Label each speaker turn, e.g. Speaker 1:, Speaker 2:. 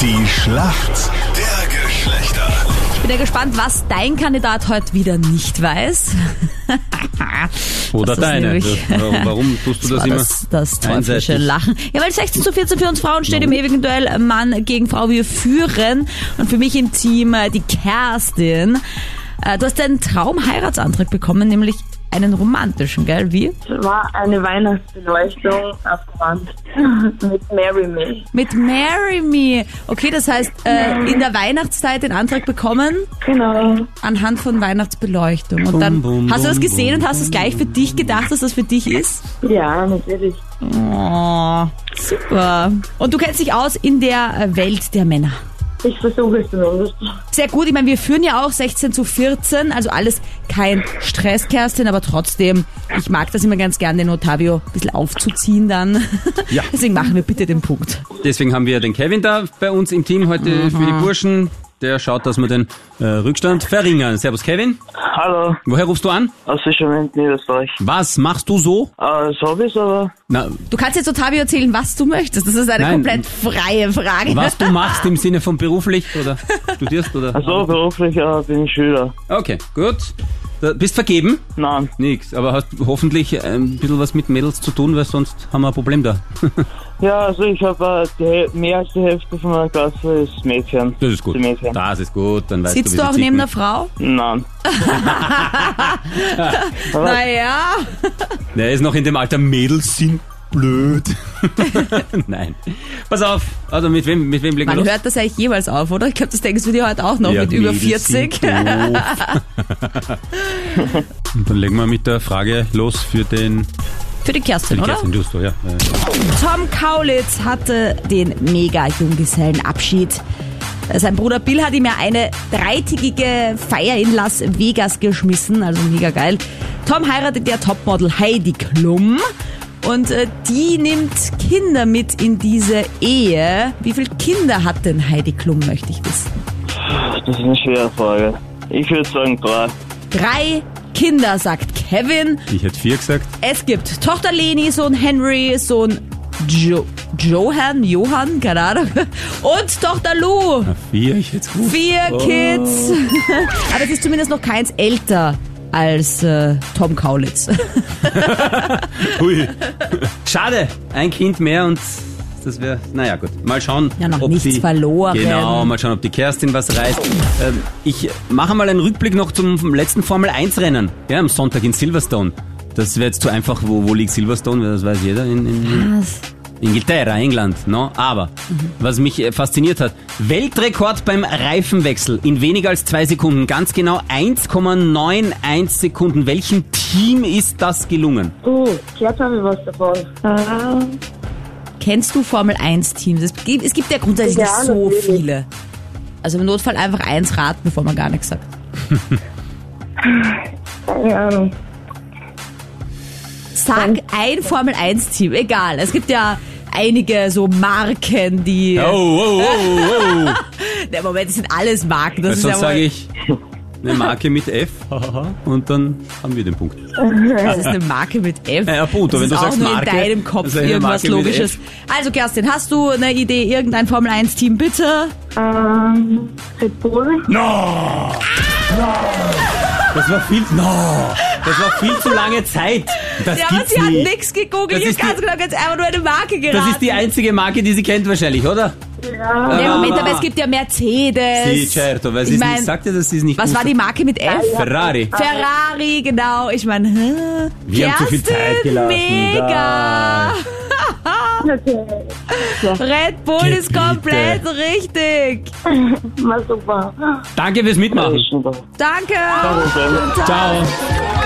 Speaker 1: Die Schlacht der Geschlechter.
Speaker 2: Ich bin ja gespannt, was dein Kandidat heute wieder nicht weiß.
Speaker 3: Oder
Speaker 2: Das ist
Speaker 3: deine.
Speaker 2: nämlich-
Speaker 3: Das- Warum, warum tust du das,
Speaker 2: war
Speaker 3: immer?
Speaker 2: das, das teuflische
Speaker 3: einseitig?
Speaker 2: Lachen. Ja, weil 16 zu 14 für uns Frauen steht im ewigen Duell äh, Mann gegen Frau. Wir führen. Und für mich im Team äh, die Kerstin. Äh, Du hast deinen Traumheiratsantrag bekommen, nämlich einen romantischen, gell? Wie?
Speaker 4: Es war eine Weihnachtsbeleuchtung auf der Wand mit Mary Me.
Speaker 2: Mit Marry Me. Okay, das heißt, äh, in der Weihnachtszeit den Antrag bekommen
Speaker 4: Genau.
Speaker 2: anhand von Weihnachtsbeleuchtung. Und dann
Speaker 3: Bum, bum,
Speaker 2: hast du das
Speaker 3: bum,
Speaker 2: gesehen und hast es gleich für dich gedacht, dass das für dich ist?
Speaker 4: Ja, natürlich.
Speaker 2: Oh, super. Und du kennst dich aus in der äh, Welt der Männer.
Speaker 4: Ich versuche es zumindest.
Speaker 2: Sehr gut, ich meine, wir führen ja auch 16 zu 14, also alles kein Stress, Kerstin, aber trotzdem, ich mag das immer ganz gern, den Otavio ein bisschen aufzuziehen dann.
Speaker 3: Ja.
Speaker 2: Deswegen machen wir bitte den Punkt.
Speaker 3: Deswegen haben wir den Kevin da bei uns im Team heute für die Burschen. Der schaut, dass wir den äh, Rückstand verringern. Servus Kevin.
Speaker 5: Hallo,
Speaker 3: Woher rufst du an?
Speaker 5: aus Fischerwind, Niederösterreich.
Speaker 3: Was machst du so?
Speaker 5: Äh, das habe ich aber.
Speaker 3: Na,
Speaker 2: Du kannst jetzt Otavio erzählen, was du möchtest. Das ist eine
Speaker 3: Nein.
Speaker 2: komplett freie Frage.
Speaker 3: was du machst im Sinne von beruflich oder studierst oder?
Speaker 5: Also beruflich äh, bin ich Schüler.
Speaker 3: Okay, gut. Da- Bist vergeben?
Speaker 5: Nein,
Speaker 3: Nix, aber hast hoffentlich ähm, ein bisschen was mit Mädels zu tun, weil sonst haben wir ein Problem da.
Speaker 5: ja, also ich habe äh, die Häl- mehr als die Hälfte von meiner Klasse ist Mädchen.
Speaker 3: Das ist gut.
Speaker 5: Die Mädchen.
Speaker 3: Das ist gut, dann weißt
Speaker 2: Sitzt
Speaker 3: du, wie
Speaker 2: du
Speaker 3: sie
Speaker 2: auch neben
Speaker 3: ticken.
Speaker 2: der Frau?
Speaker 5: Nein.
Speaker 2: Naja.
Speaker 3: Der ist noch in dem Alter, Mädels sind blöd. Nein. Pass auf, also mit wem, mit wem legen wir
Speaker 2: Man
Speaker 3: los?
Speaker 2: hört das eigentlich jeweils auf, oder? Ich glaube, das denkst du dir heute auch noch
Speaker 3: Ja,
Speaker 2: mit über
Speaker 3: Mädels
Speaker 2: 40.
Speaker 3: sind doof. Und dann legen wir mit der Frage los für den
Speaker 2: Für die Kerstin, oder?
Speaker 3: Kerstin Justo, ja. Äh,
Speaker 2: Tom Kaulitz hatte den Mega-Junggesellenabschied. Sein Bruder Bill hat ihm ja eine dreitägige Feier in Las Vegas geschmissen, also mega geil. Tom heiratet ja Topmodel Heidi Klum und äh, die nimmt Kinder mit in diese Ehe. Wie viele Kinder hat denn Heidi Klum, möchte ich wissen?
Speaker 5: Das ist eine schwere Frage. Ich würde sagen drei.
Speaker 2: Drei Kinder, sagt Kevin.
Speaker 3: Ich hätte vier gesagt.
Speaker 2: Es gibt Tochter Leni, Sohn Henry, Sohn jo Johann, Johann, keine Ahnung, und Tochter Lou.
Speaker 3: Vier, ich hätte gut.
Speaker 2: Vier Kids. Aber es ist zumindest noch keins älter als äh, Tom Kaulitz.
Speaker 3: Hui. Schade, ein Kind mehr und das wäre, naja gut, mal schauen,
Speaker 2: Ja, noch
Speaker 3: ob
Speaker 2: nichts
Speaker 3: die,
Speaker 2: verloren.
Speaker 3: Genau, mal schauen, ob die Kerstin was reißt. Ähm, ich mache mal einen Rückblick noch zum letzten Formel-1-Rennen, ja, am Sonntag in Silverstone. Das wäre jetzt zu einfach, wo, wo liegt Silverstone, das weiß jeder, in, in Inglaterra, England, no? Aber, was mich äh, fasziniert hat, Weltrekord beim Reifenwechsel in weniger als zwei Sekunden, ganz genau 1,91 Sekunden. Welchem Team ist das gelungen?
Speaker 4: Uh, gehört habe ich was davon.
Speaker 2: Kennst du Formel 1 Teams? Es gibt, es gibt ja grundsätzlich
Speaker 4: Ja,
Speaker 2: nicht so
Speaker 4: natürlich.
Speaker 2: viele. Also im Notfall einfach eins raten, bevor man gar nichts sagt.
Speaker 4: Keine Ahnung.
Speaker 2: Sag ein Formel 1 Team, egal. Es gibt ja einige so Marken, die...
Speaker 3: Oh, oh, oh, oh.
Speaker 2: Der Moment, das sind alles Marken. Das
Speaker 3: Weil
Speaker 2: ist ja
Speaker 3: sonst
Speaker 2: wohl-
Speaker 3: sage ich eine Marke mit F und dann haben wir den Punkt.
Speaker 2: Das ist eine Marke mit F.
Speaker 3: Ja, ja,
Speaker 2: das
Speaker 3: Punto, wenn
Speaker 2: ist
Speaker 3: du
Speaker 2: auch
Speaker 3: sagst
Speaker 2: nur
Speaker 3: Marke,
Speaker 2: in deinem Kopf
Speaker 3: das ist eine
Speaker 2: irgendwas
Speaker 3: Marke mit
Speaker 2: Logisches.
Speaker 3: F.
Speaker 2: Also Kerstin, hast du eine Idee, irgendein Formel-1-Team, bitte?
Speaker 4: Ähm, Red Bull?
Speaker 3: Das war viel, no, das war viel zu lange Zeit. Das
Speaker 2: ja, aber
Speaker 3: gibt's
Speaker 2: sie hat
Speaker 3: nicht.
Speaker 2: nichts gegoogelt.
Speaker 3: Das
Speaker 2: Ich habe
Speaker 3: ist die-
Speaker 2: ganz genau ganz einfach nur eine Marke geraten.
Speaker 3: Das ist die einzige Marke, die sie kennt wahrscheinlich, oder?
Speaker 4: Ja.
Speaker 2: Nee, Moment,
Speaker 3: Ah.
Speaker 2: aber es gibt ja Mercedes.
Speaker 3: Sie, certo, weil sie
Speaker 2: ich
Speaker 3: es
Speaker 2: mein,
Speaker 3: nicht sagte, dass sie es nicht
Speaker 2: Was war die Marke mit F?
Speaker 3: Ferrari.
Speaker 2: Ferrari, genau. Ich meine, hä?
Speaker 3: Wir haben zu viel
Speaker 2: Kerstin,
Speaker 3: Zeit gelassen.
Speaker 2: Mega.
Speaker 4: Okay.
Speaker 2: Red Bull ist
Speaker 3: Gebiete.
Speaker 2: komplett richtig.
Speaker 4: War super.
Speaker 3: Danke fürs Mitmachen.
Speaker 5: Das ist schon Also, da.
Speaker 2: Danke.
Speaker 5: Kein Problem.
Speaker 3: Ciao.